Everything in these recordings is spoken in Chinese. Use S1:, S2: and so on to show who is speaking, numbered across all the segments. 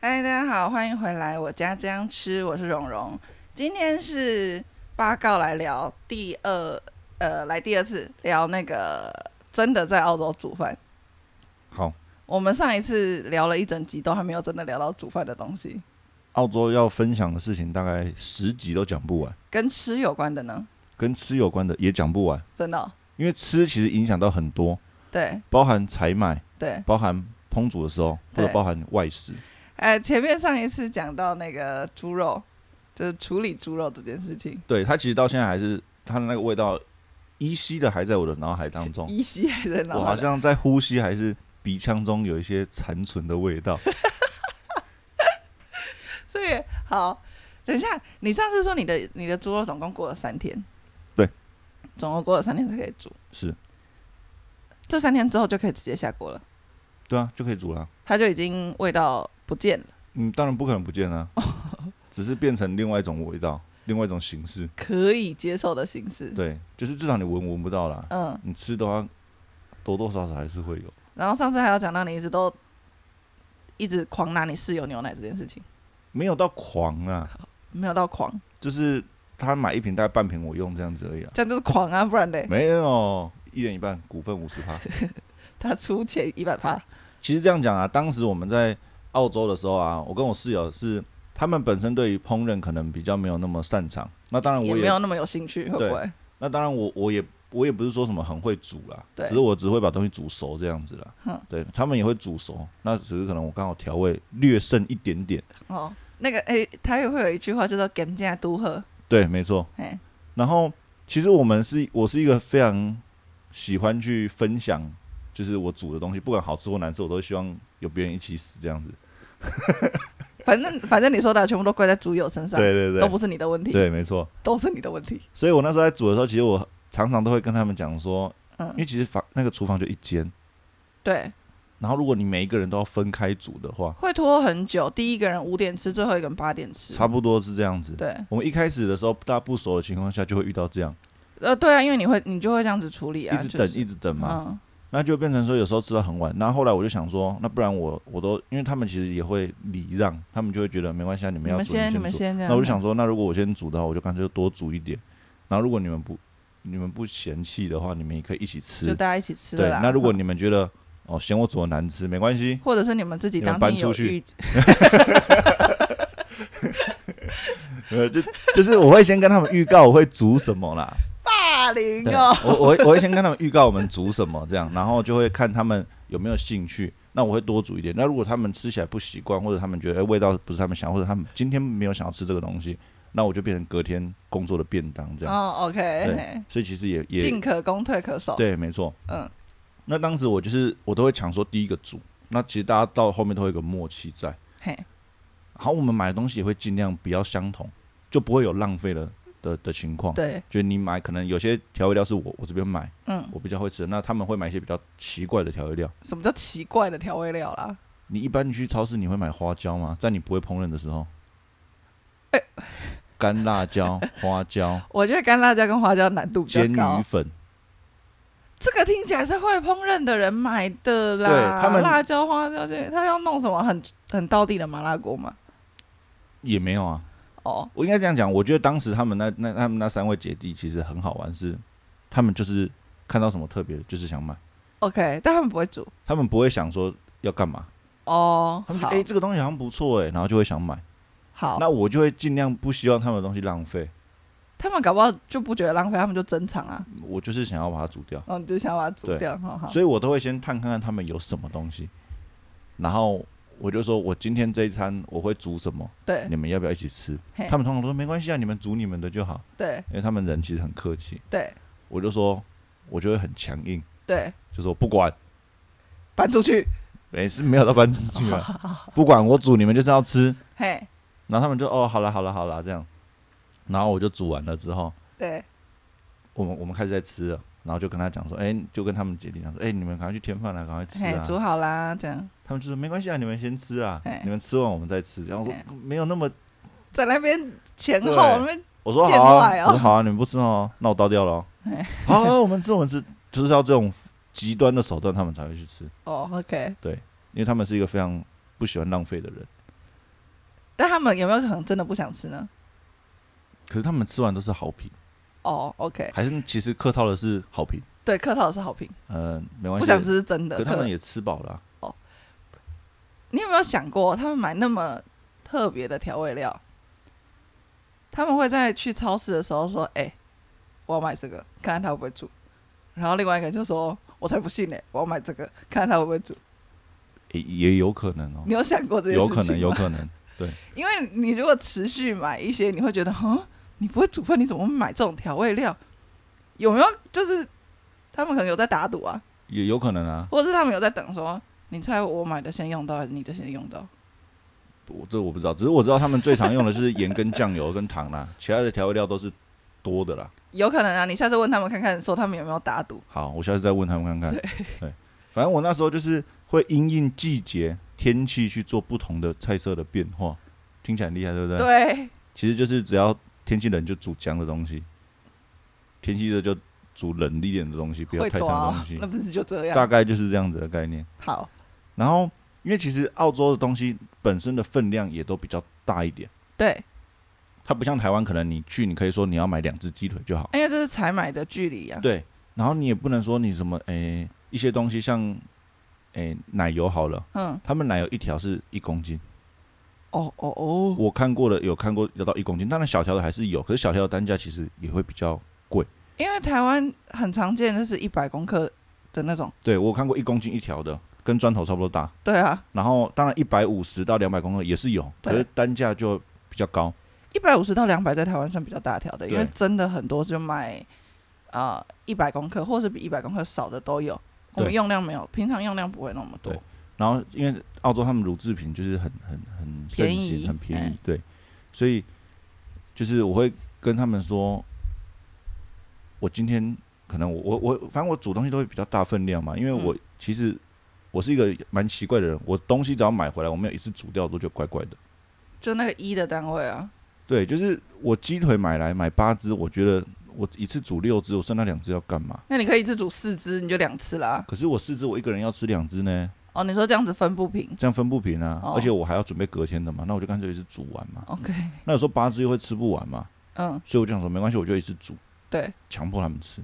S1: 嗨，大家好，欢迎回来，我家这样吃，我是蓉蓉。今天是八告来聊第二，呃，来第二次聊那个真的在澳洲煮饭。
S2: 好，
S1: 我们上一次聊了一整集，都还没有真的聊到煮饭的东西，
S2: 澳洲要分享的事情大概十集都讲不完，
S1: 跟吃有关的呢，
S2: 跟吃有关的也讲不完，
S1: 真的哦、
S2: 因为吃其实影响到很多，
S1: 对
S2: 包含采买，
S1: 对，
S2: 包含烹煮的时候，或
S1: 对
S2: 者包含外食。
S1: 呃，前面上一次讲到那个猪肉，就是处理猪肉这件事情，
S2: 对它其实到现在还是它的那个味道，依稀的还在我的脑海当中，
S1: 依稀还在脑
S2: 我
S1: 海
S2: 好
S1: 里
S2: 像在呼吸还是鼻腔中有一些残存的 味道。
S1: 所以好，等一下，你上次说你的你的猪肉总共过了三天，
S2: 对，
S1: 总共过了三天才可以煮，
S2: 是，
S1: 这三天之后就可以直接下锅了，
S2: 对啊，就可以煮了。
S1: 它就已经味道不见了。
S2: 嗯，当然不可能不 见啊，只是变成另外一种味道，另外一种形式。
S1: 可以接受的形式，
S2: 对，就是至少你闻闻不到啦。
S1: 嗯，
S2: 你吃的话，多多少少还是会有。
S1: 然后上次还有讲到你一直都一直狂拿你室友牛奶这件事情，
S2: 没有到狂啊，
S1: 没有到狂，
S2: 就是他买一瓶大概半瓶我用这样子而已啊，
S1: 这样就是狂啊，不然嘞，
S2: 没有一人一半，股份五十趴。
S1: 他出钱一百趴，
S2: 其实这样讲啊，当时我们在澳洲的时候啊，我跟我室友是他们本身对于烹饪可能比较没有那么擅长，那当然
S1: 也
S2: 我
S1: 没
S2: 也
S1: 有那么有兴趣，会不会？
S2: 那当然我我也我也不是说什么很会煮啦，
S1: 对
S2: 只是我只会把东西煮熟这样子啦。
S1: 哼
S2: 对他们也会煮熟，那只是可能我刚好调味略剩一点点。
S1: 哦，那个哎、他也会有一句话叫做“减价都喝
S2: 对，没错。”，
S1: 哎，
S2: 然后其实我们是我是一个非常喜欢去分享，就是我煮的东西，不管好吃或难吃，我都希望有别人一起死这样子。
S1: 反正反正你说的全部都怪在猪友身上，
S2: 对对
S1: 都
S2: 对，
S1: 不是你的问题，
S2: 对，没错。
S1: 都是你的问题。
S2: 所以我那时候在煮的时候，其实我常常都会跟他们讲说，因
S1: 嗯
S2: 为，其实房那个厨房就一间，
S1: 对，
S2: 然后如果你每一个人都要分开煮的话，
S1: 会拖很久。第一个人五点吃，最后一个人八点吃，
S2: 差不多是这样子。
S1: 对，
S2: 我们一开始的时候，大家不熟的情况下，就会遇到这样，
S1: 呃，对啊，因为你会，你就会这样子处理啊，
S2: 一直
S1: 就
S2: 等，
S1: 是
S2: 一直等嘛。
S1: 嗯，
S2: 那就变成说有时候吃到很晚。那后来我就想说，那不然我我都因为他们其实也会礼让，他们就会觉得没关系，啊，你们
S1: 你
S2: 要
S1: 们
S2: 煮你
S1: 先，你
S2: 们
S1: 们
S2: 煮。
S1: 先这嗯样。
S2: 那我就想，说，那如果我先煮的话，我就干脆就多煮一点。然后如果你们不你们不嫌弃的话，你们也可以一起
S1: 就
S2: 吃。
S1: 大家一起吃
S2: 对
S1: 了啦。，
S2: 那如果
S1: 嗯
S2: 你们觉得哦嫌我煮的难吃，没关系，
S1: 或者是你们自己
S2: 你们
S1: 当天
S2: 搬
S1: 有
S2: 出去
S1: 预，
S2: 呃，就就是我会先跟他们预告我会煮什么啦。
S1: 霸凌
S2: 对，
S1: 哦，
S2: 我我会我会先跟他们预告我们煮什么这样，然后就会看他们有没有兴趣。那我会多煮一点。那如果他们吃起来不习惯，或者他们觉得、哎味道不是他们想，或者他们今天没有想要吃这个东西，那我就变成隔天工作的便当这样。
S1: 哦，OK，
S2: 对
S1: 嘿
S2: 所以其实也也
S1: 进可攻，退可守。
S2: 对，没错。
S1: 嗯，
S2: 那当时我就是我都会抢说第一个煮。那其实大家到后面都会有个默契在。
S1: 嘿，
S2: 好，我们买的东西也会尽量比较相同，就不会有浪费了的的情况。
S1: 对，
S2: 就你买可能有些调味料是我我这边买，
S1: 嗯，
S2: 我比较会吃的，那他们会买一些比较奇怪的调味料。
S1: 什么叫奇怪的调味料啦？
S2: 你一般去超市你会买花椒吗？在你不会烹饪的时候，
S1: 哎
S2: 干辣椒、花椒、
S1: 我觉得干辣椒跟花椒难 度比较
S2: 煎
S1: 高
S2: 鱼。粉，
S1: 这个听起来是会烹饪的人买的啦。
S2: 对他们
S1: 辣椒、花椒这些，他要弄什么很很道地的麻辣锅嘛？
S2: 也没有啊。
S1: 哦，
S2: 我应该这样讲，我觉得当时他们那那他们那三位姐弟其实很好玩是，他们就是看到什么特别的，就是想买，
S1: OK，但他们不会煮
S2: 他们不会想说要干嘛，
S1: 哦。
S2: 他们就
S1: 好，
S2: 哎、这个东西好像不错哎、然后就会想买。
S1: 好，
S2: 那我就会尽量不希望他们的东西浪费，
S1: 他们搞不好就不觉得浪费，他们就珍藏啊。哦
S2: 我就是想要把它煮掉。
S1: 然后你就想把它煮
S2: 对
S1: 掉，哦好好。
S2: 所以我都会先探看看他们有什么东西，然后我就说我今天这一餐我会煮什么，
S1: 对
S2: 你们要不要一起吃
S1: 哎嘿？
S2: 他们通常都说没关系啊，你们煮你们的就好，
S1: 对
S2: 因为他们人其实很客气。
S1: 对
S2: 我就说，我就会很强硬，
S1: 对，
S2: 就说不管，
S1: 搬出去。
S2: 每次没有到搬出去 啊，不管我煮，你们就是要吃。
S1: 嘿，
S2: 然后他们就哦，好了好了好了这样，然后我就煮完了之后，
S1: 对，
S2: 我们我们开始在吃了，然后就跟他讲说，哎、就跟他们姐弟讲说，哎、你们赶快去添饭了，赶快吃
S1: 嘿
S2: 啊，。
S1: 煮好啦，这样
S2: 他们就说没关系啊，你们先吃啊
S1: 哎，
S2: 你们吃完我们再吃。然后我
S1: 哎
S2: 说没有那么，
S1: 在那边前后
S2: 对
S1: 那边
S2: 我说
S1: 见
S2: 好啊
S1: 外，哦
S2: 我说好啊，你们不吃哦，那我倒掉了哦
S1: 哎。
S2: 好啊，我们吃，我们吃，就是要这种极端的手段，他们才会去吃，
S1: 哦，OK，
S2: 因为他们是一个非常不喜欢浪费的人。
S1: 但他们有没有可能真的不想吃呢？
S2: 可是他们吃完都是好评，
S1: 哦，OK，
S2: 还是其实客套的是好评，
S1: 对，客套是好评，
S2: 呃，没关
S1: 不
S2: 系，
S1: 想吃是真的。
S2: 可他
S1: 客
S2: 们也吃饱了啊、
S1: 你有没有想过，他们买那么特别的调味料，他们会在去超市的时候说：“哎、我要买这个，看看他会不会煮。”然后另外一个就说：“我才不信呢、我要买这个，看看他会不会煮。
S2: 也也有可能”哦
S1: 你，有想过这件事
S2: 有
S1: 情吗
S2: 可能，有可能，
S1: 因为你如果持续买一些，你会觉得，嗯，你不会煮饭，你怎么会买这种调味料？有没有就是他们可能有在打赌啊，
S2: 也有可能啊。
S1: 或者是他们有在等说，你猜我买的先用到还是你的先用到？
S2: 我这我不知道，只是我知道他们最常用的就是盐跟酱油跟糖啦，其他的调味料都是多的啦。
S1: 有可能啊，你下次问他们看看，说他们有没有打赌。
S2: 好，我下次再问他们看看。对，反正我那时候就是会因应季节、天气去做不同的菜色的变化，听起来很厉害，对不对？。
S1: 对，
S2: 其实就是只要天气冷就煮姜的东西，天气热就煮冷一点的东西，不要
S1: 会
S2: 太
S1: 多
S2: 烫的
S1: 啊
S2: 东西，
S1: 那。不是就这
S2: 大
S1: 样？
S2: 概就是这样子的概念。
S1: 好，
S2: 然后，因为其实澳洲的东西本身的分量也都比较大一点，
S1: 对，
S2: 它不像台湾，可能你去你可以说你要买两只鸡腿就好。
S1: 因为这是采买的距离啊。
S2: 对，然后你也不能说你什么诶、一些东西像诶、奶油好了，
S1: 嗯，
S2: 他们奶油一条是一公斤，
S1: 哦哦哦，
S2: 我看过的有看过要到一公斤，当然小条的还是有，可是小条的单价其实也会比较，
S1: 因为台湾很常见，就是一百公克的那种。
S2: 对我看过一公斤一条的，跟砖头差不多大，
S1: 对啊，
S2: 然后当然一百五十到两百公克也是有，可
S1: 对
S2: 是单价就比较高，
S1: 一百五十到两百在台湾算比较大条的，因为
S2: 对
S1: 真的很多就卖啊一百公克，或是比一百公克少的都有。我们
S2: 对
S1: 用量没有，平常用量不会那么多
S2: 对。然后因为澳洲他们乳制品就是很很很盛
S1: 便
S2: 行
S1: 宜
S2: 很便宜，
S1: 嗯
S2: 对，所以就是我会跟他们说，我今天可能我我我反正我煮东西都会比较大分量嘛，因为
S1: 嗯
S2: 我其实我是一个蛮奇怪的人，我东西只要买回来，我没有一次煮掉，我就怪怪的。
S1: 就那个一的单位啊，
S2: 对，就是我鸡腿买来买八只，我觉得我一次煮六只，我剩那两只要干嘛？
S1: 那你可以一次煮四只，你就两次啦。
S2: 可是我四只，我一个人要吃两只呢，
S1: 哦，你说这样子分不平
S2: 这样分不平啊，
S1: 哦
S2: 而且我还要准备隔天的嘛，那我就干脆一次煮完嘛。
S1: ？OK，
S2: 那有时候八只又会吃不完嘛，
S1: 嗯，
S2: 所以我就想说没关系，我就一直煮，
S1: 对，
S2: 强迫他们吃。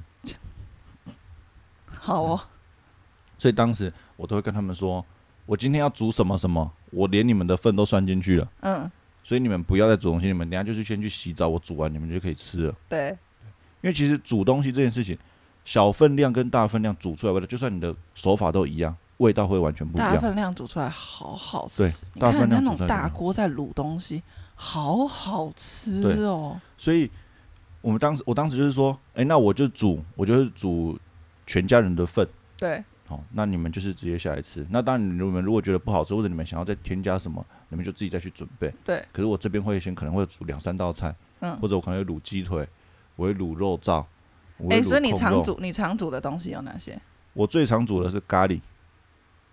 S1: 好哦，
S2: 所以当时我都会跟他们说，我今天要煮什么什么，我连你们的份都算进去了，
S1: 嗯，
S2: 所以你们不要再煮东西，你们等一下就是先去洗澡，我煮完你们就可以吃了。
S1: 对，
S2: 因为其实煮东西这件事情，小分量跟大分量煮出来的味道，就算你的手法都一样，味道会完全不一
S1: 大
S2: 样。
S1: 份量煮出来好好吃。
S2: 对
S1: 你
S2: 大
S1: 看
S2: 份量
S1: 那
S2: 煮出
S1: 种
S2: 来
S1: 大
S2: 就好
S1: 锅在卤东西，好好吃
S2: 对
S1: 哦。
S2: 所以我们当时，我当时就是说，哎、那我就煮，我就是煮全家人的份。
S1: 对，
S2: 哦，那你们就是直接下来吃。那当然，你们如果觉得不好吃，或者你们想要再添加什么，你们就自己再去准备。
S1: 对。
S2: 可是我这边会先可能会煮两三道菜，
S1: 嗯
S2: 或者我可能会卤鸡腿，我会卤肉燥，我会
S1: 哎、
S2: 卤
S1: 所以你
S2: 控
S1: 常
S2: 肉
S1: 煮你常煮的东西有哪些？
S2: 我最常煮的是咖喱，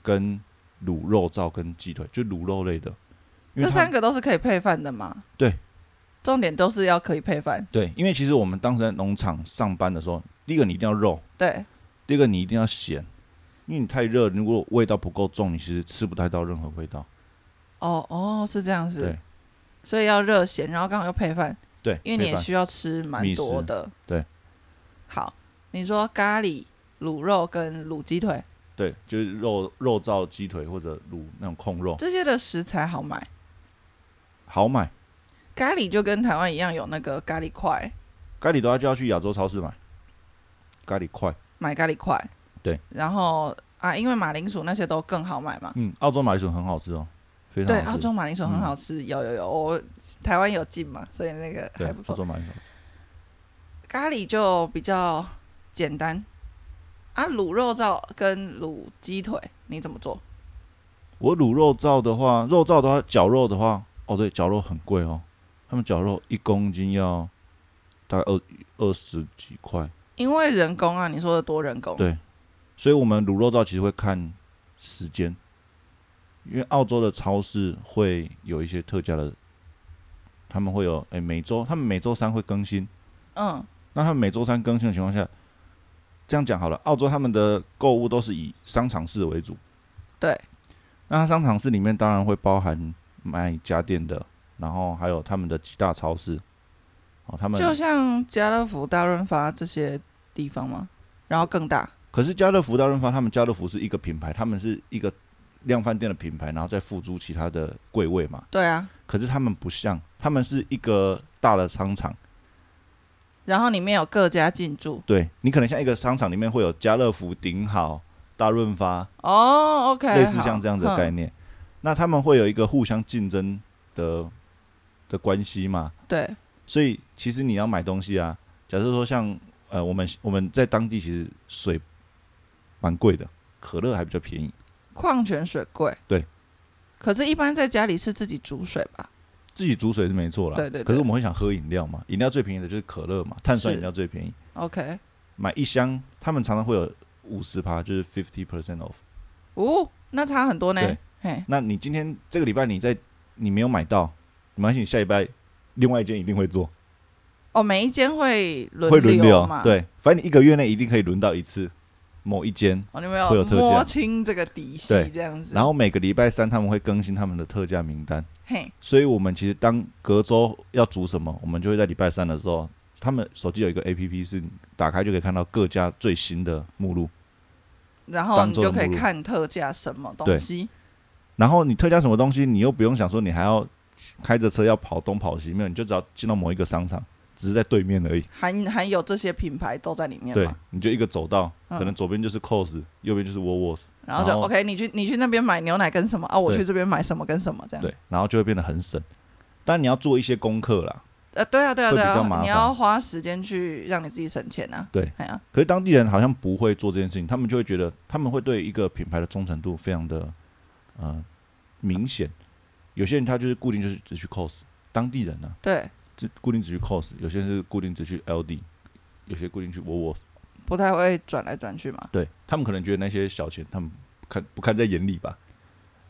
S2: 跟卤肉燥跟鸡腿，就卤肉类的。因为
S1: 这
S2: 它
S1: 三个都是可以配饭的嘛？
S2: 对，
S1: 重点都是要可以配饭。
S2: 对，因为其实我们当时在农场上班的时候，第一个你一定要肉，
S1: 对，
S2: 第二个你一定要咸，因为你太热，如果味道不够重，你其实吃不太到任何味道。
S1: 哦哦，是这样子
S2: 对。
S1: 所以要热咸，然后刚好要配饭，
S2: 对，
S1: 因为你
S2: 没
S1: 也
S2: 办法
S1: 需要吃蛮
S2: 米食
S1: 多的。
S2: 对，
S1: 好，你说咖喱、卤肉跟卤鸡腿
S2: 对，就是肉肉燥鸡腿或者卤那种控肉，
S1: 这些的食材好买，
S2: 好买。
S1: 咖喱就跟台湾一样有那个咖喱块，
S2: 咖喱的话就要去亚洲超市买，咖喱块。
S1: 买咖喱块。
S2: 对，
S1: 然后啊，因为马铃薯那些都更好买嘛。
S2: 嗯，澳洲马铃薯很好吃哦，非常
S1: 对，
S2: 好吃。
S1: 澳洲马铃薯很好吃，
S2: 嗯
S1: 有有有，我台湾有进嘛，所以那个
S2: 对
S1: 还不
S2: 澳
S1: 错。
S2: 洲马铃薯，
S1: 咖喱就比较简单啊，卤肉燥跟卤鸡腿你怎么做？
S2: 我卤肉燥的话，肉燥的话，绞肉的话，哦对，绞肉很贵哦，他们绞肉一公斤要大概二二十几块，
S1: 因为人工啊，你说的多人工，
S2: 对所以我们卤肉燥其实会看时间，因为澳洲的超市会有一些特价的，他们会有哎每周他们每周三会更新。
S1: 嗯，
S2: 那他们每周三更新的情况下，这样讲好了，澳洲他们的购物都是以商场式为主。
S1: 对。
S2: 那它商场式里面当然会包含卖家电的、然后还有他们的几大超市，哦，他们
S1: 就像家乐福、大润发这些地方吗？然后
S2: 嗯
S1: 更大，
S2: 可是家乐福、大润发，他们家乐福是一个品牌，他们是一个量贩店的品牌，然后再付诸其他的柜位嘛。
S1: 对啊，
S2: 可是他们不像，他们是一个大的商场，
S1: 然后里面有各家进驻。
S2: 对你可能像一个商场里面会有家乐福、顶好、大润发，
S1: 哦，OK，
S2: 类似
S1: 好
S2: 像这样子的
S1: 嗯
S2: 概念。那他们会有一个互相竞争的的关系嘛？
S1: 对，
S2: 所以其实你要买东西啊，假设说像呃，我们我们在当地其实水蛮贵的，可乐还比较便宜，
S1: 矿泉水贵。
S2: 对。
S1: 可是，一般在家里是自己煮水吧？
S2: 自己煮水是没错啦。
S1: 对对对
S2: 可是我们会想喝饮料嘛，饮料最便宜的就是可乐嘛，碳酸饮料最便宜，
S1: OK，
S2: 买一箱他们常常会有五十趴，就是 fifty percent off。
S1: 哦，那差很多呢
S2: 对。
S1: 嘿，
S2: 那你今天这个礼拜你在你没有买到，没关系，你下礼拜另外一间一定会做，
S1: 哦，每一间会轮
S2: 会轮流
S1: 嘛？。
S2: 对，反正你一个月内一定可以轮到一次某一间。
S1: 哦，你
S2: 会
S1: 们
S2: 有
S1: 有
S2: 特价
S1: 摸清这个底细
S2: 对
S1: 这样子。
S2: 然
S1: 后，
S2: 后每个礼拜三他们会更新他们的特价名单，
S1: 嘿，
S2: 所以我们其实当隔周要煮什么，我们就会在礼拜三的时候，他们手机有一个 A P P 是打开就可以看到各家最新的目录。
S1: 然后
S2: 当
S1: 你
S2: 做
S1: 就可以
S2: 目录
S1: 看特价什么
S2: 对
S1: 东西。
S2: 然后你特价什么东西，你又不用想说你还要开着车要跑东跑西，没有，你就只要进到某一个商场，只是在对面而已。
S1: 含含有这些品牌都在里面
S2: 对
S1: 嘛，，
S2: 你就一个走道，
S1: 啊嗯
S2: 可能左边就是 COS，右边就是 w o l w o r t
S1: 然后就
S2: 然后
S1: OK，你去你去那边买牛奶跟什么啊？我
S2: 对
S1: 去这边买什么跟什么这样。
S2: h 对，然后就会变得很省。但你要做一些功课啦。
S1: 呃，对啊，对啊，
S2: 会
S1: 对
S2: 比较麻
S1: 啊，
S2: 烦
S1: 你要花时间去让你自己省钱啊。
S2: 对
S1: 哎呀，
S2: 可是当地人好像不会做这件事情，他们就会觉得他们会对一个品牌的忠诚度非常的呃明显。有些人他就是固定就是只去 COS，当地人呢、
S1: 对，
S2: 只固定只去 COS，有些人是固定只去 LD，有些固定去 w o l w o r t
S1: 不太会转来转去嘛，
S2: 对他们可能觉得那些小钱，他们不看不看在眼里吧？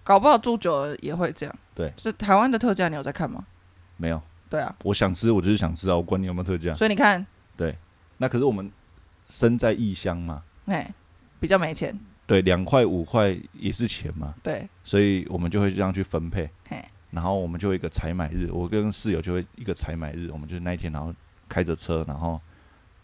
S1: 搞不好住久了也会这样。
S2: 对
S1: 这台湾的特价你有在看吗？
S2: 没有，
S1: 对啊，
S2: 我想吃，我就是想吃啊，我管你有没有特价。
S1: 所以你看，
S2: 那可是我们身在异乡嘛，
S1: 哎，比较没钱，
S2: 对，两块五块也是钱嘛，
S1: 对，
S2: 所以我们就会这样去分配
S1: 嘿。
S2: 然后我们就有一个采买日，我跟室友就会一个采买日，我们就是那一天，然后开着车，然后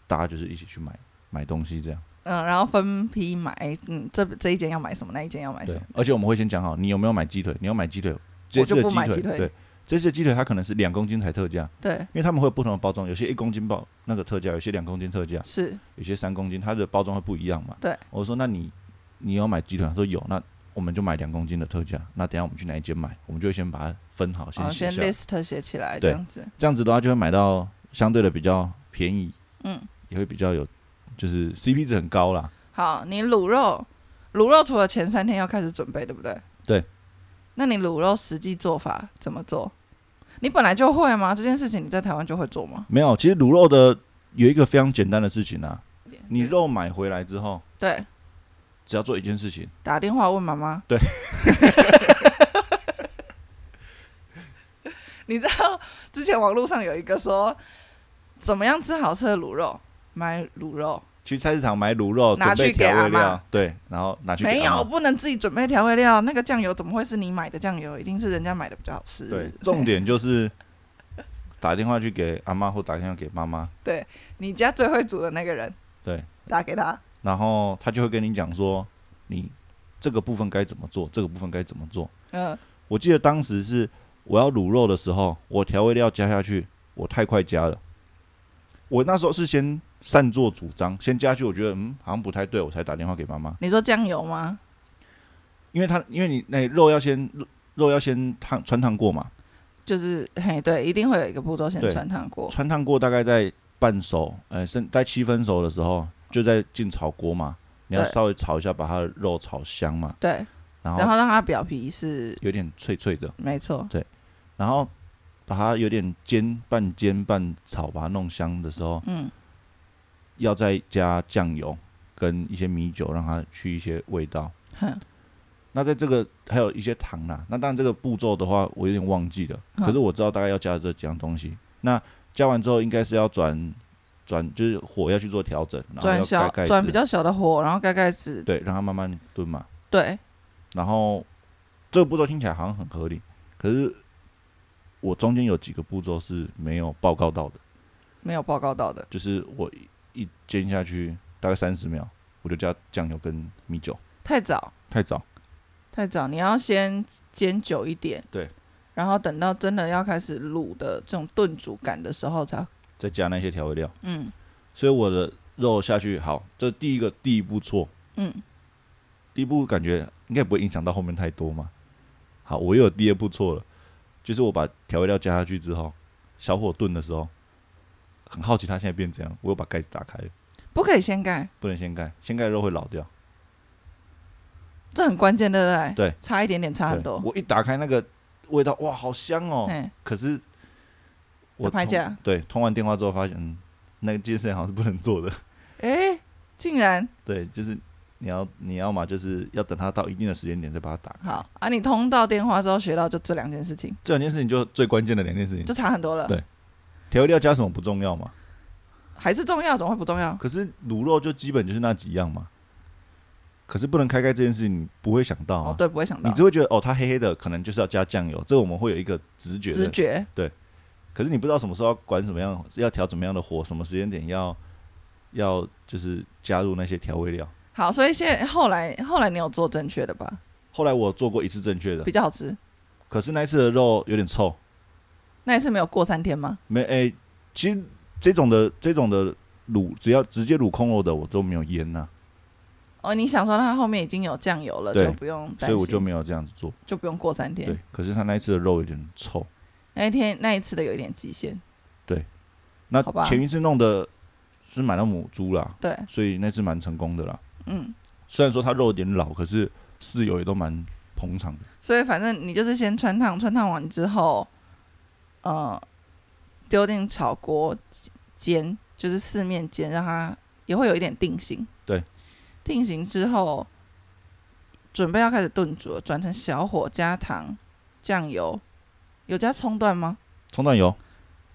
S2: 大家就是一起去买买东西这样。
S1: 嗯，然后分批买，嗯，这这一间要买什么，那一间要买什
S2: 对
S1: 么，，
S2: 而且我们会先讲好，你有没有买鸡腿？你要买鸡腿，这次
S1: 就
S2: 的
S1: 不
S2: 鸡
S1: 买
S2: 腿，
S1: 鸡腿
S2: 对，这次的鸡腿它可能是两公斤才特价，
S1: 对，
S2: 因为他们会有不同的包装，有些一公斤包那个特价，有些两公斤特价，
S1: 是，
S2: 有些三公斤，它的包装会不一样嘛。
S1: 对，
S2: 我说那你你要买鸡腿，他说有，那我们就买两公斤的特价，那等一下我们去哪一间买，我们就会先把它分好，
S1: 然后
S2: 写
S1: 哦先
S2: 下来，
S1: list 写起来这
S2: 对
S1: 样子，
S2: 这样子的话就会买到相对的比较便宜，
S1: 嗯，
S2: 也会比较有就是 CP 值很高啦。
S1: 好，你卤肉，卤肉除了前三天要开始准备，对不对？
S2: 对。
S1: 那你卤肉实际做法怎么做？你本来就会吗？这件事情你在台湾就会做吗？
S2: 没有，其实卤肉的有一个非常简单的事情啊，你肉买回来之后，
S1: 对，
S2: 只要做一件事情，
S1: 打电话问妈妈。
S2: 对。
S1: 你知道之前网络上有一个说，怎么样吃好吃的卤肉？买卤肉
S2: 去菜市场买卤肉，
S1: 拿
S2: 准备
S1: 去给
S2: 调味
S1: 阿嬷
S2: 料，对，然后拿去给
S1: 没
S2: 阿嬷
S1: 有，不能自己准备调味料。那个酱油怎么会是你买的酱油？一定是人家买的比较好吃。
S2: 对，重点就是打电话去给阿妈或打电话给妈妈，
S1: 你家最会煮的那个人，
S2: 对，
S1: 打给他。
S2: 然后他就会跟你讲说，你这个部分该怎么做，这个部分该怎么做。
S1: 嗯，
S2: 我记得当时是我要卤肉的时候，我调味料加下去，我太快加了。我那时候是先擅作主张，先加下去，我觉得嗯好像不太对，我才打电话给妈妈，
S1: 你说酱油吗？
S2: 因为他因为你那肉要先肉肉要先烫穿烫过嘛，
S1: 就是嘿，对，一定会有一个步骤先
S2: 对
S1: 穿烫过。
S2: 穿烫过大概在半熟，呃，剩在七分熟的时候，就在进炒锅嘛。你要
S1: 对
S2: 稍微炒一下，把它的肉炒香嘛，
S1: 对，
S2: 然
S1: 然
S2: 后
S1: 后让它表皮是
S2: 有点脆脆的，
S1: 没错，
S2: 然后把它有点煎半煎半炒，把它弄香的时候，
S1: 嗯，
S2: 要再加酱油跟一些米酒，让它去一些味道。
S1: 哼，
S2: 那在这个还有一些糖啦，那当然这个步骤的话，我有点忘记了，
S1: 嗯
S2: 可是我知道大概要加这几样东西。那加完之后，应该是要转转，就是火要去做调整，然后
S1: 转
S2: 要
S1: 小
S2: 盖盖子，
S1: 转比较小的火，然后盖盖子，
S2: 对，让它慢慢炖嘛。
S1: 对，
S2: 然后这个步骤听起来好像很合理，可是我中间有几个步骤是没有报告到的，
S1: 没有报告到的，
S2: 就是我一一煎下去大概三十秒，我就加酱油跟米酒，
S1: 太早
S2: 太早。
S1: 太早，你要先煎久一点，
S2: 对，
S1: 然后等到真的要开始卤的这种炖煮感的时候才，
S2: 再加那些调味料，
S1: 嗯
S2: 所以我的肉下去好，这第一个第一步错，
S1: 嗯，
S2: 第一步感觉应该不会影响到后面太多嘛。好，我又有第二步错了，就是我把调味料加下去之后，小火炖的时候，很好奇它现在变这样，我又把盖子打开了，
S1: 不可以先盖，
S2: 不能先盖，先盖肉会老掉。
S1: 这很关键，对不对？
S2: 对，
S1: 差一点点，差很
S2: 对
S1: 多。
S2: 我一打开那个味道，哇，好香哦！
S1: 嗯，
S2: 可是我
S1: 打拍
S2: 通
S1: 架
S2: 对通完电话之后发现，嗯，那件事情好像是不能做的。
S1: 哎，竟然
S2: 对，就是你要你要嘛，就是要等它到一定的时间点再把它打开。
S1: 好啊！你通到电话之后学到就这两件事情，
S2: 这两件事情就最关键的两件事情
S1: 就，差很多了。
S2: 嗯对调味料加什么不重要嘛，
S1: 还是重要，怎么会不重要？
S2: 可是卤肉就基本就是那几样嘛。可是不能开盖这件事，你不会想到
S1: 哦
S2: 啊，，
S1: 对，不会想到
S2: 你只会觉得哦，它黑黑的，可能就是要加酱油，这我们会有一个直觉
S1: 直
S2: 的。
S1: 觉，
S2: 可是你不知道什么时候要管什么样，要调怎么样的火，什么时间点要要就是加入那些调味料。
S1: 好，所以现在后来后来你有做正确的吧？
S2: 后来我做过一次正确的
S1: 比，较好吃。
S2: 可是那一次的肉有点臭，
S1: 那一次没有过三天吗？
S2: 没诶、其实这种的这种的卤，只要直接卤空肉的我都没有腌啊呐、
S1: 哦，你想说它后面已经有酱油了，
S2: 对
S1: 就不用担心，
S2: 所以我就没有这样子做。
S1: 就不用过三天
S2: 对。，可是他那一次的肉有点臭，
S1: 那一天那一次的有一点极限，
S2: 那
S1: 好吧
S2: 前一次弄的是买到母猪啦，
S1: 对，
S2: 所以那次蛮成功的啦。
S1: 嗯，
S2: 虽然说它肉有点老，可是室友也都蛮捧场的。
S1: 所以反正你就是先穿烫，穿烫完之后，呃，丢进炒锅煎，就是四面煎，让它也会有一点定型。
S2: 对，
S1: 定型之后，准备要开始炖煮了，转成小火加糖、酱油，有加葱段吗？
S2: 葱段油，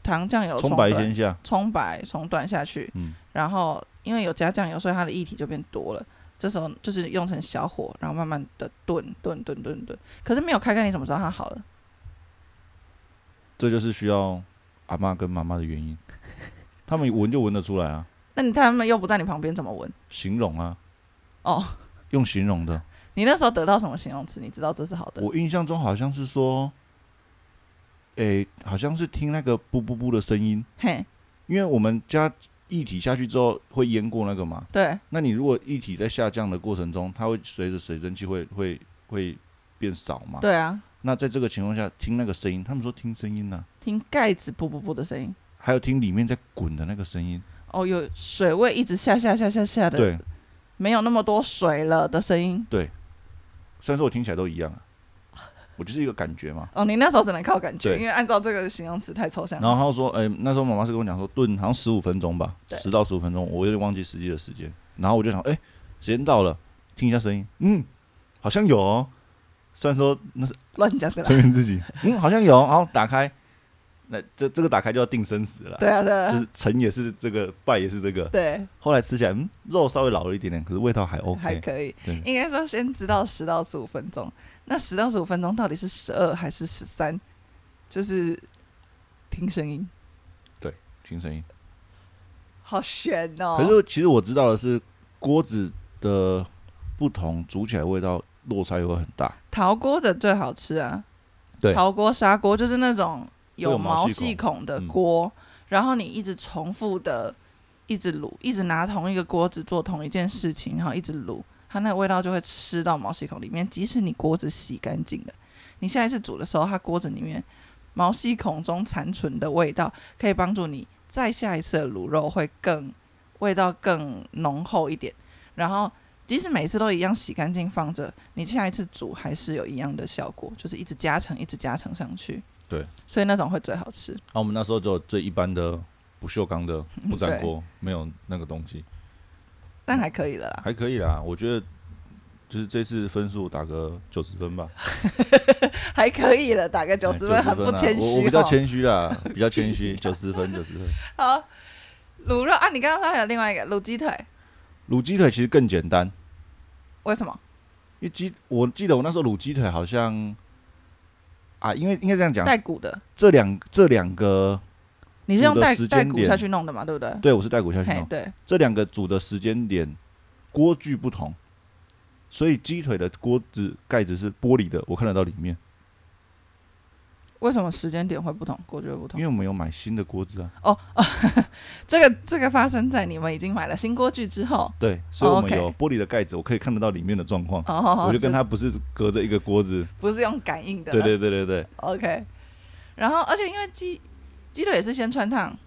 S1: 糖、酱油、哦
S2: 葱
S1: 葱
S2: 白
S1: 段
S2: 先下，
S1: 葱白、葱段下去，
S2: 嗯
S1: 然后因为有加酱油，所以它的液体就变多了。这时候就是用成小火，然后慢慢的炖炖炖炖炖。可是没有开盖，你怎么知道它好了？
S2: 这就是需要阿妈跟妈妈的 原因。他们闻就闻得出来啊，
S1: 那你他们又不在你旁边，怎么闻？
S2: 形容啊，
S1: 哦，
S2: 用形容的。
S1: 你那时候得到什么形容词？你知道这是好的？
S2: 我印象中好像是说，诶、好像是听那个布布布的声音，
S1: 嘿，
S2: 因为我们加液体下去之后会淹过那个嘛，
S1: 对，
S2: 那你如果液体在下降的过程中，它会随着水蒸气会会会变少嘛？。
S1: 对啊，
S2: 那在这个情况下，听那个声音，他们说听声音呢、
S1: 听盖子噗噗噗的声音。
S2: 还有听里面在滚的那个声音，
S1: 哦，有水位一直下下下下下的，
S2: 对，
S1: 没有那么多水了的声音。
S2: 虽然说我听起来都一样啊，我就是一个感觉嘛。
S1: 哦，你那时候只能靠感觉，
S2: 对
S1: 因为按照这个形容词太抽象
S2: 然
S1: 了。
S2: 后他说，哎、那时候妈妈是跟我讲说炖好像十五分钟吧，
S1: 对
S2: 十到十五分钟，我有点忘记实际的时间。然后我就想，哎、时间到了，听一下声音，嗯，好像有哦。虽然说那是
S1: 乱讲的啦。
S2: 催眠自己，嗯，好像有哦。然后打开，那这这个打开就要定生死了啦。
S1: 对啊，对啊，
S2: 就是成也是这个，败也是这个。
S1: 对。
S2: 后来吃起来，嗯，肉稍微老了一点点，可是味道还
S1: 还
S2: OK。
S1: 可以
S2: 对，
S1: 应该说先知道十到十五分钟。那十到十五分钟到底是十二还是十三？就是听声音，
S2: 听声音。
S1: 好悬哦。
S2: 可是其实我知道的是，锅子的不同煮起来味道落差也会很大。
S1: 陶锅的最好吃啊，
S2: 对
S1: 陶锅、砂锅就是那种有
S2: 有毛
S1: 毛
S2: 细
S1: 细孔的
S2: 嗯
S1: 锅，然后你一直重复的一直卤，一直拿同一个锅子做同一件事情，然后一直卤，它那个味道就会吃到毛细孔里面。即使你锅子洗干净了，你下一次煮的时候，它锅子里面毛细孔中残存的味道，可以帮助你再下一次的卤肉会更味道更浓厚一点。然后即使每次都一样洗干净放着，你下一次煮还是有一样的效果，就是一直加成，一直加成上去。
S2: 对，
S1: 所以那种会最好吃。
S2: 啊，我们那时候只有最一般的不锈钢的 不粘
S1: 对
S2: 锅，没有那个东西，
S1: 但还可以了啦，
S2: 还可以啦。我觉得就是这次分数打个九十分吧，
S1: 还可以了，打个九十分，
S2: 哎90
S1: 很不
S2: 啦
S1: 谦虚、哦
S2: 我我比较谦虚啦，比较谦 虚，九十分，九十分。
S1: 好，卤肉啊，你刚刚说还有另外一个卤鸡腿，
S2: 卤鸡腿其实更简单，
S1: 为什么？
S2: 因为鸡，我记得我那时候卤鸡腿好像啊，因为应该这样讲，
S1: 带骨的，
S2: 这两这两个，
S1: 你是用
S2: 煮的
S1: 带
S2: 时间
S1: 带骨
S2: 点
S1: 下去弄的嘛，对不对？
S2: 对我是带骨下去
S1: 嘿
S2: 弄，，
S1: 对，
S2: 这两个煮的时间点锅具不同，所以鸡腿的锅子盖子是玻璃的，我看得到里面，
S1: 为什么时间点会不同，锅具会不
S2: 因
S1: 同
S2: 为？我们有买新的锅子啊，
S1: 哦这个这个发生在你们已经买了新锅具之后，
S2: 对，所以我们
S1: 哦 OK
S2: 有玻璃的盖子，我可以看得到里面的状况。
S1: 哦，
S2: 我就跟
S1: 这
S2: 它不是隔着一个锅子，
S1: 不是用感应的，
S2: 对对对对对，
S1: ，OK。然后，而且因为鸡鸡腿也是先穿烫，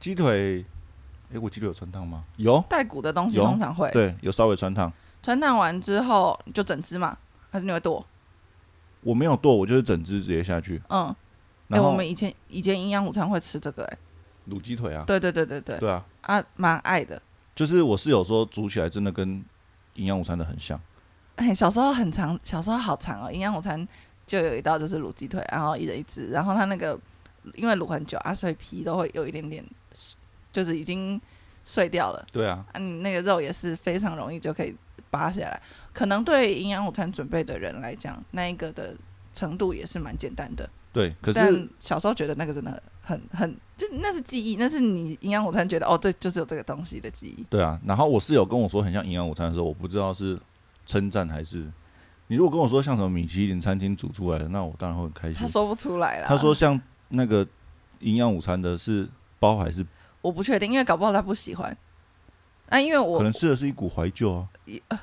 S2: 鸡腿，诶，我鸡腿有穿烫吗？有，
S1: 带骨的东西
S2: 有
S1: 通常会
S2: 对，有稍微穿烫。
S1: 穿烫完之后就整只嘛，还是你会剁？
S2: 我没有剁，我就是整只直接下去，
S1: 嗯，哎、
S2: 然
S1: 我
S2: 后
S1: 们以前以前营养午餐会吃这个、哎，
S2: 卤鸡腿啊，
S1: 对对对对对，
S2: 对啊，
S1: 啊，蛮爱的。
S2: 就是我室友说煮起来真的跟营养午餐的很像，
S1: 哎，小时候很长，小时候好长哦。营养午餐就有一道就是卤鸡腿，然后一人一只，然后它那个因为卤很久啊，所以皮都会有一点点，就是已经碎掉了
S2: 对啊，
S1: 啊。你那个肉也是非常容易就可以扒下来。可能对营养午餐准备的人来讲，那一个的程度也是蛮简单的。
S2: 对。可是
S1: 但小时候觉得那个真的很很，就是那是记忆，那是你营养午餐觉得哦，对，就是有这个东西的记忆。
S2: 对啊，然后我室友跟我说很像营养午餐的时候，我不知道是称赞还是你如果跟我说像什么米其林餐厅煮出来的，那我当然会很开
S1: 他
S2: 心。
S1: 说不出来啦，
S2: 他说像那个营养午餐的是包还是
S1: 我不确定，因为搞不好他不喜欢。那、因为我
S2: 可能吃的是一股怀旧啊。
S1: 一呃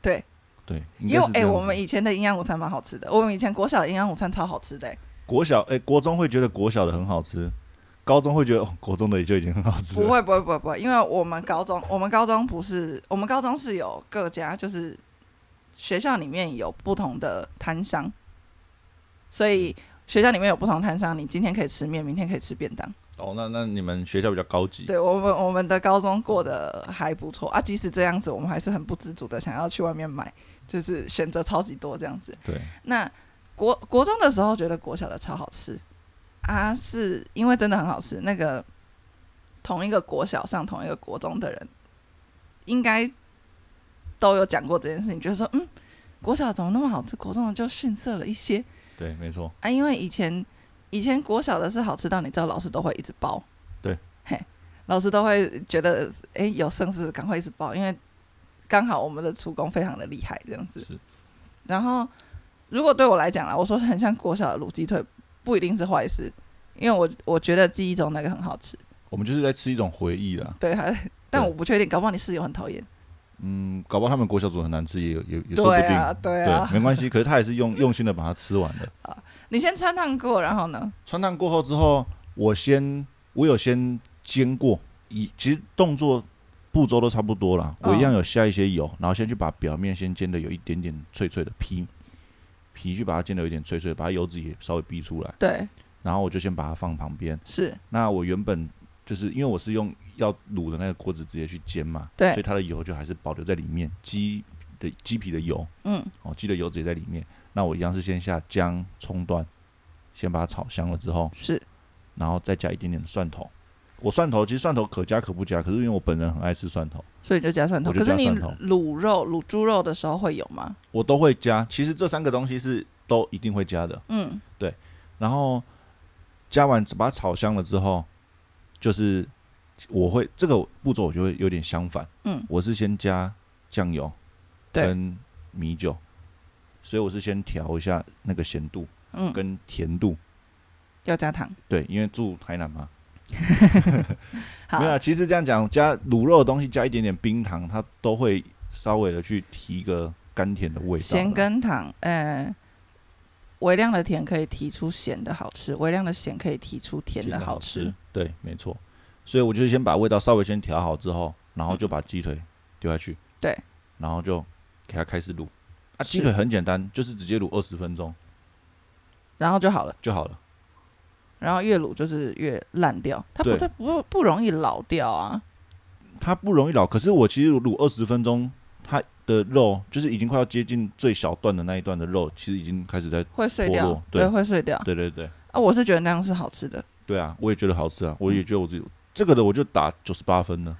S1: 对
S2: 对，应
S1: 因
S2: 该
S1: 为
S2: 是这
S1: 哎、
S2: 样子
S1: 我们以前的营养午餐蛮好吃的，我们以前国小的营养午餐超好吃的、欸，
S2: 国小哎、国中会觉得国小的很好吃，高中会觉得、哦、国中的也就已经很好吃
S1: 不
S2: 了。
S1: 会不会不会不会，因为我们高中我们高中不是我们高中是有各家就是学校里面有不同的摊商，所以学校里面有不同摊商，你今天可以吃面，明天可以吃便当。
S2: 哦，那那你们学校比较高级，
S1: 对我们我们的高中过得还不错啊，即使这样子，我们还是很不知足的，想要去外面买，就是选择超级多这样子。
S2: 对，
S1: 那国国中的时候觉得国小的超好吃啊，是因为真的很好吃。那个同一个国小上同一个国中的人，应该都有讲过这件事情，就是说，嗯，国小怎么那么好吃，国中的就逊色了一些
S2: 对，没错，
S1: 啊。因为以前以前国小的是好吃到你知道老师都会一直包，
S2: 对，
S1: 嘿，老师都会觉得哎、有剩是赶快一直包，因为刚好我们的厨工非常的厉害这样子。
S2: 是
S1: 然后，如果对我来讲啦，我说很像国小的卤鸡腿，不一定是坏事，因为我我觉得记忆中那个很好吃。
S2: 我们就是在吃一种回忆啦。
S1: 对，还但
S2: 对
S1: 我不确定，搞不好你室友很讨厌。
S2: 嗯，搞不好他们国小煮很难吃，也有也也说不
S1: 对
S2: 定。
S1: 啊，对啊。
S2: 没关系。可是他也是用用心的把它吃完的。
S1: 你先穿烫过，然后呢？
S2: 穿烫过后之后，我先我有先煎过，一其实动作步骤都差不多啦，
S1: 嗯
S2: 我一样有下一些油，然后先去把表面先煎的有一点点脆脆的皮皮去把它煎的有一点脆脆，把它油脂也稍微逼出来，
S1: 对，
S2: 然后我就先把它放旁边。
S1: 是
S2: 那我原本就是因为我是用要卤的那个锅子直接去煎嘛，所以
S1: 对，
S2: 它的油就还是保留在里面，鸡的鸡皮的油
S1: 嗯，
S2: 哦，鸡的油脂也在里面。那我一样是先下姜、葱段，先把它炒香了之后，
S1: 是
S2: 然后再加一点点的蒜头。我蒜头其实蒜头可加可不加，可是因为我本人很爱吃蒜头，
S1: 所以你就加蒜头。
S2: 我就
S1: 可是
S2: 加
S1: 你
S2: 蒜头
S1: 卤肉、卤猪肉的时候会有吗？
S2: 我都会加。其实这三个东西是都一定会加的。
S1: 嗯，
S2: 然后加完把它炒香了之后，就是我会这个步骤我就会有点相反。
S1: 嗯，
S2: 我是先加酱油
S1: 对
S2: 跟米酒，所以我是先调一下那个咸度
S1: 嗯，
S2: 跟甜度。
S1: 要加糖。
S2: 对，因为住台南嘛，
S1: 好
S2: 没，有啊，其实这样讲，加卤肉的东西加一点点冰糖，它都会稍微的去提一个甘甜的味道啦。啊
S1: 咸跟糖，呃，微量的甜可以提出咸的好吃，微量的咸可以提出甜的好吃。，
S2: 对，没错。所以我就先把味道稍微先调好之后，然后就把鸡腿丢下去，
S1: 嗯对，
S2: 然后就给它开始卤。啊，
S1: 是
S2: 鸡腿很简单，就是直接卤二十分钟
S1: 然后就好了。
S2: 就好了。
S1: 然后越卤就是越烂掉，它不
S2: 对
S1: 它不不容易老掉啊。
S2: 它不容易老，可是我其实卤二十分钟，它的肉就是已经快要接近最小段的那一段的肉，其实已经开始在。
S1: 会碎
S2: 脱
S1: 掉
S2: 落，对
S1: 会碎掉。
S2: 对对对，
S1: 啊，我是觉得那样是好吃的。
S2: 对啊，我也觉得好吃啊，我也
S1: 嗯
S2: 觉得我自己、这个的我就打九十八分了。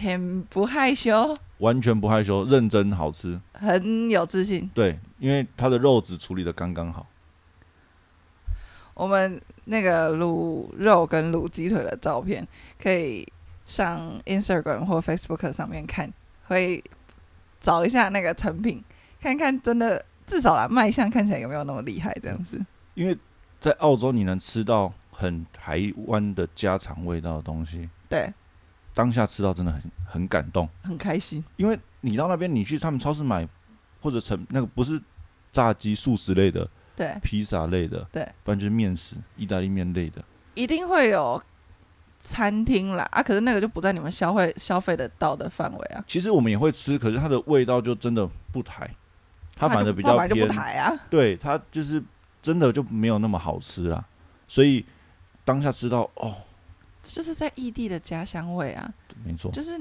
S1: 很不害羞，
S2: 完全不害羞，认真好吃。
S1: 很有自信。
S2: 对，因为它的肉质处理的刚刚好。
S1: 我们那个卤肉跟卤鸡腿的照片，可以上 Instagram 或 Facebook 上面看，会找一下那个成品，看看真的至少啦卖相看起来有没有那么厉害这样子。
S2: 因为在澳洲你能吃到很台湾的家常味道的东西，
S1: 对，
S2: 当下吃到真的很很感动。
S1: 很开心。
S2: 因为你到那边，你去他们超市买，或者成那个不是炸鸡、素食类的、
S1: 对，
S2: 披萨类的，
S1: 对，
S2: 不然就是面食、意大利面类的。
S1: 一定会有餐厅啦啊，可是那个就不在你们消费消费得到的范围啊。
S2: 其实我们也会吃，可是它的味道就真的不台，它反
S1: 就
S2: 而比较
S1: 本来就
S2: 偏
S1: 不，抬啊。
S2: 对，它就是真的就没有那么好吃啦。所以当下吃到哦，
S1: 这就是在异地的家乡味啊，
S2: 没错，
S1: 就是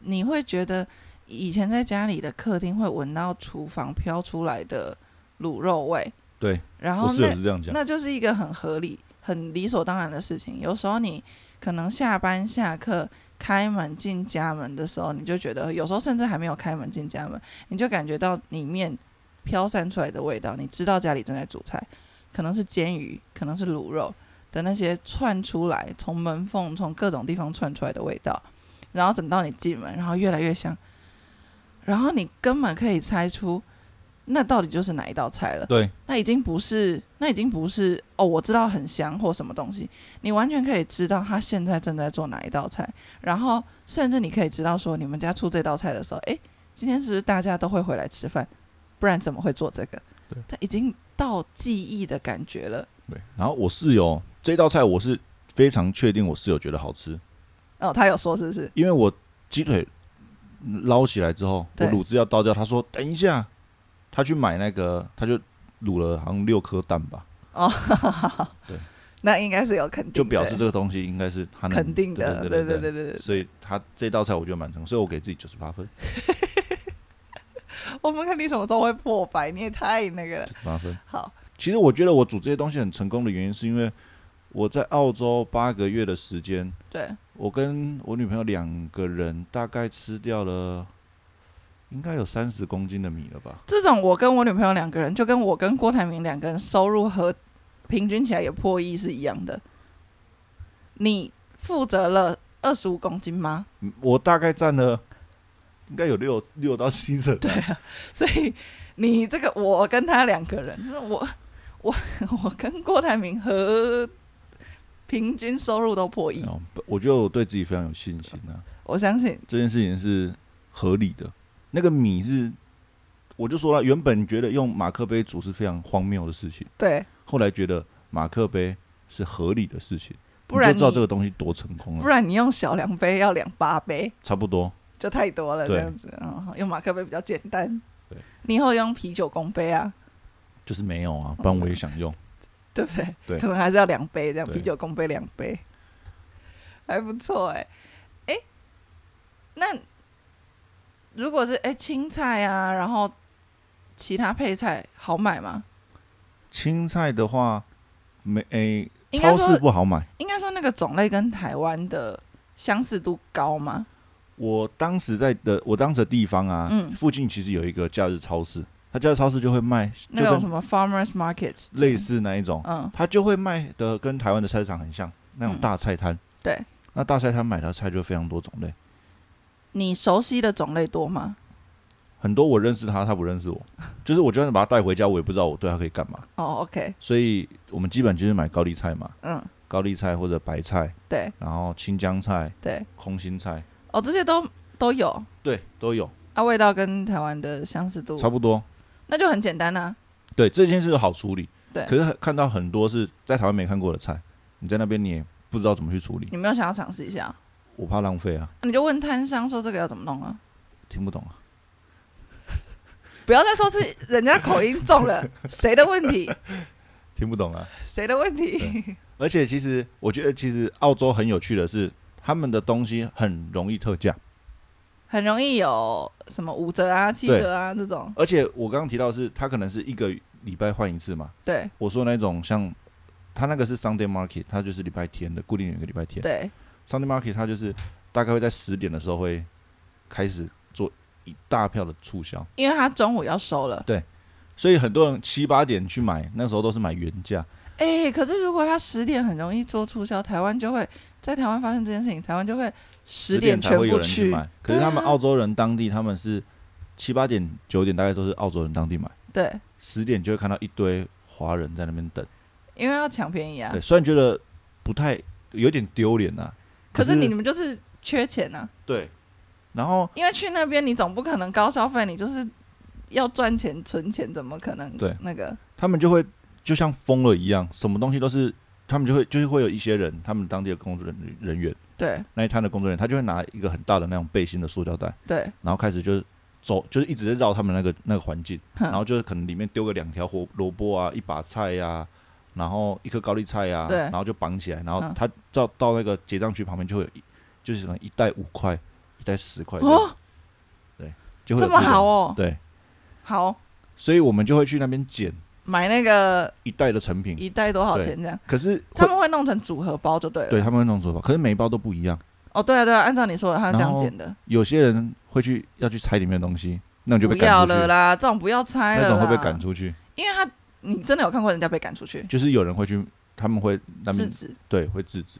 S1: 你会觉得以前在家里的客厅会闻到厨房飘出来的卤肉味，
S2: 对，
S1: 然
S2: 我
S1: 后
S2: 室友
S1: 那
S2: 是这样讲，
S1: 那就是一个很合理、很理所当然的事情。有时候你可能下班、下课、开门进家门的时候，你就觉得，有时候甚至还没有开门进家门，你就感觉到里面飘散出来的味道，你知道家里正在煮菜，可能是煎鱼，可能是卤肉的那些窜出来，从门缝、从各种地方窜出来的味道，然后等到你进门，然后越来越香，然后你根本可以猜出。那到底就是哪一道菜了？
S2: 对，
S1: 那已经不是，那已经不是哦，我知道很香或什么东西，你完全可以知道他现在正在做哪一道菜，然后甚至你可以知道说你们家出这道菜的时候，诶，今天是不是大家都会回来吃饭，不然怎么会做这个
S2: 对？
S1: 他已经到记忆的感觉了。
S2: 对。然后我室友这道菜我是非常确定，我室友觉得好吃，
S1: 哦，他有说是不是？
S2: 因为我鸡腿捞起来之后，我
S1: 对
S2: 卤汁要倒掉，他说等一下，他去买那个，他就卤了好像六颗蛋吧，
S1: 哦，
S2: 对，
S1: 那应该是有肯定的，
S2: 就表示这个东西应该是他能
S1: 肯定的，
S2: 对
S1: 对
S2: 对
S1: 对对对。
S2: 所以他这道菜我觉得蛮成功，所以我给自己九十八分，
S1: 我们看你什么时候会破百，你也太那个了
S2: 九。十八分。
S1: 好，
S2: 其实我觉得我煮这些东西很成功的原因，是因为我在澳洲八个月的时间，
S1: 对，
S2: 我跟我女朋友两个人大概吃掉了应该有三十公斤的米了吧？
S1: 这种我跟我女朋友两个人，就跟我跟郭台铭两个人收入和平均起来也破亿是一样的。你负责了二十五公斤吗？
S2: 嗯我大概占了应该有六六到七成。啊对，
S1: 所以你这个我跟他两个人，那我 我我跟郭台铭和平均收入都破亿，
S2: 哦不我觉得我对自己非常有信心啊，
S1: 我相信
S2: 这件事情是合理的。那个米是，我就说了，原本觉得用马克杯煮是非常荒谬的事情，
S1: 对，
S2: 后来觉得马克杯是合理的事情，
S1: 不然
S2: 你就知道
S1: 你
S2: 这个东西多成功
S1: 不
S2: 了，
S1: 然你用小量杯要量八杯
S2: 差不多。
S1: 就太多了，这
S2: 对
S1: 样子，嗯，用马克杯比较简单
S2: 对。
S1: 你以后用啤酒公杯啊，
S2: 就是没有
S1: 哦
S2: 啊，不然我也想用。
S1: 对不对？
S2: 对
S1: 可能还是要两杯这样，
S2: 对
S1: 啤酒公杯两杯，还不错哎、诶，那如果是哎、诶青菜啊，然后其他配菜好买吗？
S2: 青菜的话，没诶、
S1: 应该
S2: 超
S1: 说嗯
S2: 市不好买。
S1: 应该说那个种类跟台湾的相似度高吗？
S2: 我当时在的，我当时的地方啊，
S1: 嗯
S2: 附近其实有一个假日超市，它假日超市就会卖，就
S1: 那种什
S2: 跟
S1: 么 farmers market
S2: 类，似那一种，
S1: 嗯，
S2: 它就会卖的跟台湾的菜市场很像，那种
S1: 嗯
S2: 大菜摊。
S1: 对，
S2: 那大菜摊买的菜就非常多种类，
S1: 你熟悉的种类多吗？
S2: 很多我认识他，他不认识我， 就是我就算把他带回家，我也不知道我对他可以干嘛。
S1: 哦，OK，
S2: 所以我们基本就是买高丽菜嘛，
S1: 嗯，
S2: 高丽菜或者白菜，
S1: 对
S2: 然后青江菜、
S1: 对，
S2: 空心菜，
S1: 哦，这些都都有
S2: 对，都有，
S1: 啊，味道跟台湾的相似度，
S2: 差不多。
S1: 那就很简单啊。
S2: 对，这件事就好处理。
S1: 对
S2: 可是很看到很多是在台湾没看过的菜，你在那边你也不知道怎么去处理，
S1: 你没有想要尝试一下？啊
S2: 我怕浪费啊，
S1: 那你就问摊商说这个要怎么弄啊？
S2: 听不懂啊。
S1: 不要再说是人家口音重 了，谁的问题？
S2: 听不懂啊！
S1: 谁的问题？
S2: 而且其实我觉得，其实澳洲很有趣的是，他们的东西很容易特价。
S1: 很容易有什么五折啊、七折啊这种。
S2: 而且我刚刚提到的是，它可能是一个礼拜换一次嘛。
S1: 对
S2: 我说那种像，它那个是 Sunday Market，它就是礼拜天的，固定有一个礼拜天。
S1: 对，
S2: Sunday Market 它就是大概会在十点的时候会开始做一大票的促销，
S1: 因为他中午要收了。
S2: 所以很多人七八点去买，那时候都是买原价。
S1: 哎、可是如果他十点很容易做促销，台湾就会在台湾发生这件事情，台湾就会十
S2: 点才
S1: 全
S2: 会有
S1: 部
S2: 人去
S1: 去。
S2: 买。可是他们澳洲人当地他们是七八点九点大概都是澳洲人当地买，
S1: 对，
S2: 十点就会看到一堆华人在那边等。
S1: 因为要抢便宜啊
S2: 对，。虽然觉得不太有点丢脸呐，
S1: 可
S2: 是
S1: 是你们就是缺钱啊，
S2: 对，然后
S1: 因为去那边你总不可能高消费，你就是要赚钱存钱，怎么可能？
S2: 对
S1: 那个
S2: 他们就会就像疯了一样，什么东西都是他们就会就是会有一些人，他们当地的工作人人员
S1: 对
S2: 那一摊的工作人员，他就会拿一个很大的那种背心的塑胶袋，
S1: 对，
S2: 然后开始就是走，就是一直在绕他们那个那个环境。
S1: 然
S2: 然后就是可能里面丢个两条胡萝卜啊，一把菜呀、然后一颗高丽菜呀、
S1: 对
S2: 然后就绑起来，然后
S1: 嗯
S2: 他到到那个结账区旁边就会有一，就是可能一袋五块，一袋十块这样，
S1: 哦，
S2: 就会有
S1: 这么
S2: 种
S1: 好哦，
S2: 对，
S1: 好
S2: 所以我们就会去那边捡
S1: 买那个
S2: 一袋的成品，
S1: 一袋多少
S2: 对
S1: 钱这样？
S2: 可是
S1: 他
S2: 会
S1: 们会弄成组合包就对了。
S2: 对他们会弄错吧？可是每一包都不一样，
S1: 哦，对啊对啊，按照你说的，他是这
S2: 然
S1: 样
S2: 后
S1: 剪的。
S2: 有些人会去要去拆里面的东西，那你就
S1: 不
S2: 被赶
S1: 要
S2: 出
S1: 了
S2: 去，
S1: 啦，这种不要拆了啦。
S2: 那种会被赶出去，
S1: 因为他你真的有看过人家被赶出去
S2: 就是有人会去，他们会那
S1: 制
S2: 边
S1: 止，
S2: 对会制止，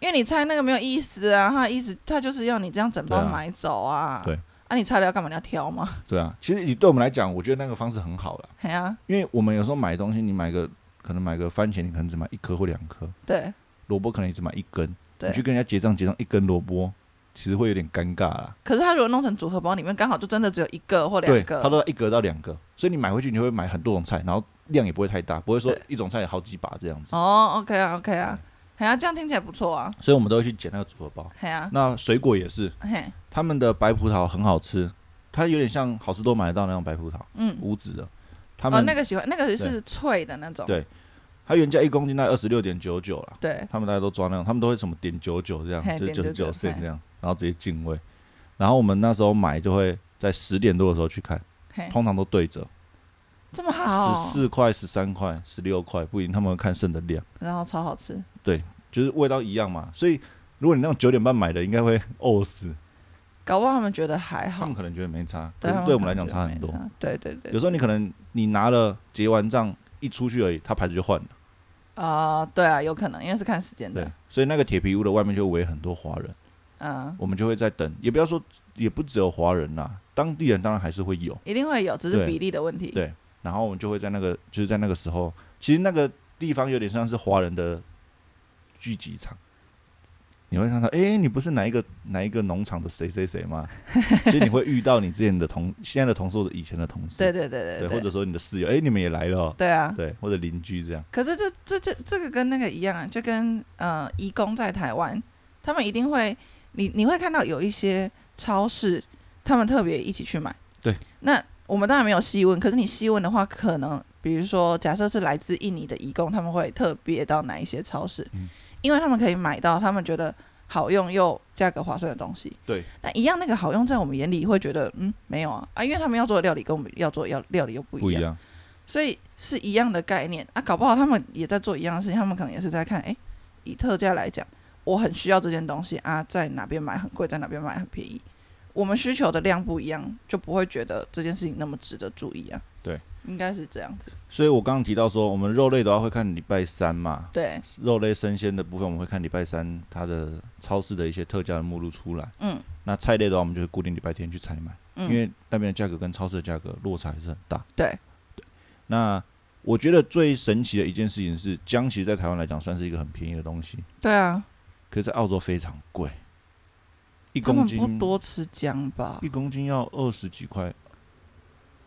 S1: 因为你拆那个没有意思啊，他的意思他就是要你这样整包
S2: 对啊
S1: 买走啊。
S2: 对
S1: 啊，你拆了要干嘛？你要挑吗？
S2: 对啊，其实你对我们来讲，我觉得那个方式很好了。
S1: 哎呀、
S2: 因为我们有时候买东西，你买个可能买个番茄，你可能只买一颗或两颗，
S1: 对
S2: 萝卜可能也只买一根。你去
S1: 对。
S2: 跟人家结账，结账一根萝卜，其实会有点尴尬啦。
S1: 可是他如果弄成组合包，里面刚好就真的只有一个或
S2: 对，
S1: 两
S2: 它
S1: 个。
S2: 都要一格到两个，所以你买回去你会买很多种菜，然后量也不会太大，不会说
S1: 对
S2: 一种菜有好几把这样子。
S1: 哦，OK 啊，OK 啊，哎呀、这样听起来不错啊。
S2: 所以我们都会去捡那个组合包。
S1: 哎呀、
S2: 那水果也是，
S1: 嘿，
S2: 他们的白葡萄很好吃，它有点像好事多买得到那种白葡萄，
S1: 嗯，
S2: 无籽的。他
S1: 哦，
S2: 们、
S1: 那个喜欢，那个是脆的那种。
S2: 对它原价一公斤大概二十六点九九啦，
S1: 对
S2: 他们大家都抓那种，他们都会什么点九九这样
S1: 嘿，
S2: 就是九十
S1: 点
S2: 九
S1: 99
S2: cent 这样，然后直接进位。然后我们那时候买就会在十点多的时候去看，
S1: 嘿，哦
S2: 通常都对折，
S1: 这么好，
S2: 十四块、十三块、十六块，不一定他们会看剩的量，
S1: 然后超好吃。
S2: 就是味道一样嘛。所以如果你那种九点半买的，应该会呕死。
S1: 搞不好他们觉得还
S2: 他
S1: 好
S2: 们，可能觉得没差，可
S1: 对
S2: 是对我们来讲差很多。。
S1: 对对对，
S2: 有时候你可能你拿了结完账一出去而已，它牌子就换了。
S1: 啊、对啊，有可能，因为是看时间
S2: 对
S1: 的。，
S2: 所以那个铁皮屋的外面就围很多华人，
S1: 嗯，
S2: 我们就会在等，也不要说也不只有华人啦，当地人当然还是会有。
S1: 一定会有，只是
S2: 对
S1: 比例的问题。
S2: 对然后我们就会在那个就是在那个时候，其实那个地方有点像是华人的聚集场。你会看到，哎、你不是哪一个哪一个农场的谁谁谁吗？其实你会遇到你之前的同现在的同事或者以前的同事，
S1: 对对对对
S2: 对或者说你的室友，哎、你们也来了哦，
S1: 对啊。
S2: 对，或者邻居这样，
S1: 可是这这这这个跟那个一样啊，就跟呃，移工在台湾，他们一定会，你你会看到有一些超市，他们特别一起去买。
S2: 对。
S1: 那我们当然没有细问，可是你细问的话，可能比如说，假设是来自印尼的移工，他们会特别到哪一些超市，
S2: 嗯
S1: 因为他们可以买到他们觉得好用又价格划算的东西。
S2: 对。
S1: 那一样那个好用，在我们眼里会觉得，嗯，没有啊啊，因为他们要做的料理跟我们要做的料料理又不一
S2: 不
S1: 样
S2: 一。样。
S1: 所以是一样的概念啊，搞不好他们也在做一样的事情，他们可能也是在看，诶，以特价来讲，我很需要这件东西啊，在哪边买很贵，在哪边买很便宜，我们需求的量不一样，就不会觉得这件事情那么值得注意啊。
S2: 对，
S1: 应该是这样子。
S2: 所以我刚刚提到说，我们肉类的话会看礼拜三嘛，
S1: 对，
S2: 肉类生鲜的部分我们会看礼拜三它的超市的一些特价的目录出来。
S1: 嗯
S2: 那菜类的话，我们就是固定礼拜天去采买。
S1: 嗯，
S2: 因为那边的价格跟超市的价格落差还是很大。
S1: 对，
S2: 那我觉得最神奇的一件事情是，姜其实在台湾来讲算是一个很便宜的东西，
S1: 对啊，
S2: 可是在澳洲非常贵，一
S1: 他
S2: 公
S1: 们不
S2: 斤
S1: 多吃姜吧
S2: 一？公斤要二十几块，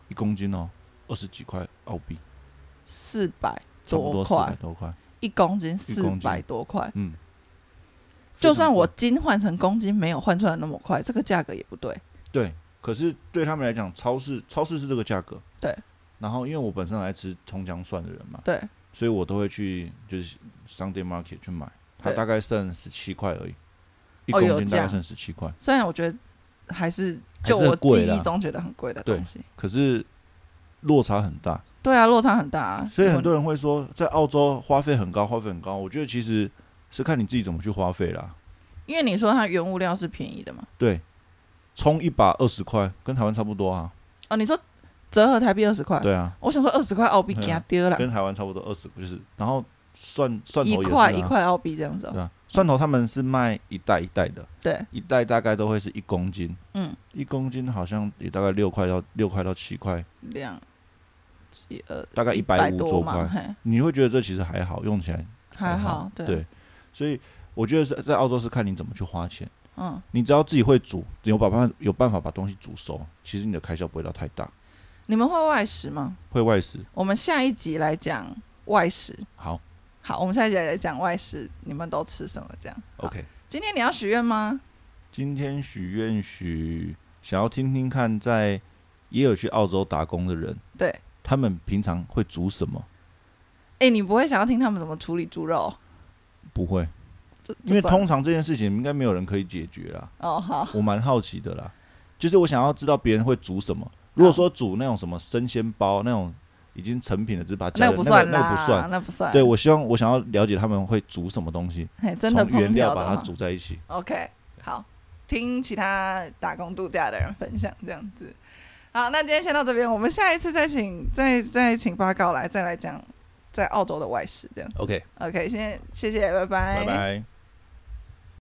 S2: 一公斤哦，二十几块澳币，
S1: 四百
S2: 差不
S1: 多
S2: 多四百
S1: 块
S2: 多块。
S1: 一公斤，
S2: 一
S1: 四
S2: 公斤
S1: 百多块。
S2: 嗯，
S1: 就
S2: 非常
S1: 算我
S2: 贵
S1: 斤换成公斤，没有换出来那么快，这个价格也不对。
S2: 对，可是对他们来讲，超市超市是这个价格。
S1: 对。
S2: 然后，因为我本身很爱吃葱姜蒜的人嘛，
S1: 对，
S2: 所以我都会去就是 Sunday Market 去买，它
S1: 对
S2: 大概剩十七块而已，一
S1: 哦
S2: 公
S1: 有
S2: 斤大
S1: 这
S2: 概
S1: 样
S2: 剩十七块。
S1: 虽然我觉得还是
S2: 还
S1: 就是我
S2: 贵
S1: 记
S2: 啦
S1: 忆中觉得很贵的东西。
S2: 可是落差很大，
S1: 对啊，落差很大、啊，
S2: 所以很
S1: 如果
S2: 多人会说在澳洲花费很高，花费很高。我觉得其实是看你自己怎么去花费啦。
S1: 因为你说它原物料是便宜的嘛。
S2: 对，葱一把二十块，跟台湾差不多啊。
S1: 哦，你说折合台币二十块，
S2: 对嗯啊，
S1: 我想说二十块澳币给它丢了，
S2: 跟台湾差不多二十，就是然后蒜蒜
S1: 一
S2: 头也是、
S1: 块
S2: 啊、
S1: 一块澳币这样子、哦。
S2: 对啊，蒜头他们是卖一袋一袋的，
S1: 对，
S2: 一袋大概都会是一公斤，
S1: 嗯，
S2: 一公斤好像也大概六块到六块到七块，
S1: 两一呃
S2: 大概一
S1: 百
S2: 五
S1: 多
S2: 左
S1: 嘛，
S2: 块。
S1: 嘿，
S2: 你会觉得这其实还好，用起来，
S1: 还
S2: 还
S1: 好
S2: 好，
S1: 对
S2: 对所以我觉得是在澳洲是看你怎么去花钱。
S1: 嗯，
S2: 你只要自己会煮，有把办有办法把东西煮熟，其实你的开销不会到太大。
S1: 你们会外食吗？
S2: 会外食，
S1: 我们下一集来讲外食。
S2: 好
S1: 好，我们下一集来讲外食，你们都吃什么？这样。好
S2: ，OK。
S1: 今天你要许愿吗？
S2: 今天许愿许想要听听看，在也有去澳洲打工的人，
S1: 对，
S2: 他们平常会煮什么？
S1: 哎、你不会想要听他们怎么处理猪肉？
S2: 不会，
S1: 这这
S2: 因为
S1: 算
S2: 通常这件事情应该没有人可以解决啦。
S1: 哦 好，
S2: 我蛮好奇的啦，就是我想要知道别人会煮什么。如果说煮那种什么生鲜包那种已经成品的，只是把它加
S1: 那
S2: 热
S1: 不算
S2: 那
S1: 啦，
S2: 个不算。
S1: 那不算
S2: 对，我希望我想要了解他们会煮什么东西，
S1: 嘿，真的
S2: 从原
S1: 烹调
S2: 料
S1: 的
S2: 把它
S1: 话
S2: 煮在一起。
S1: OK，好，听其他打工度假的人分享这样子。好，那今天先到这边，我们下一次再请再再请八告来再来讲在澳洲的外事这样。
S2: OK，
S1: OK，先谢谢，拜拜
S2: 拜拜。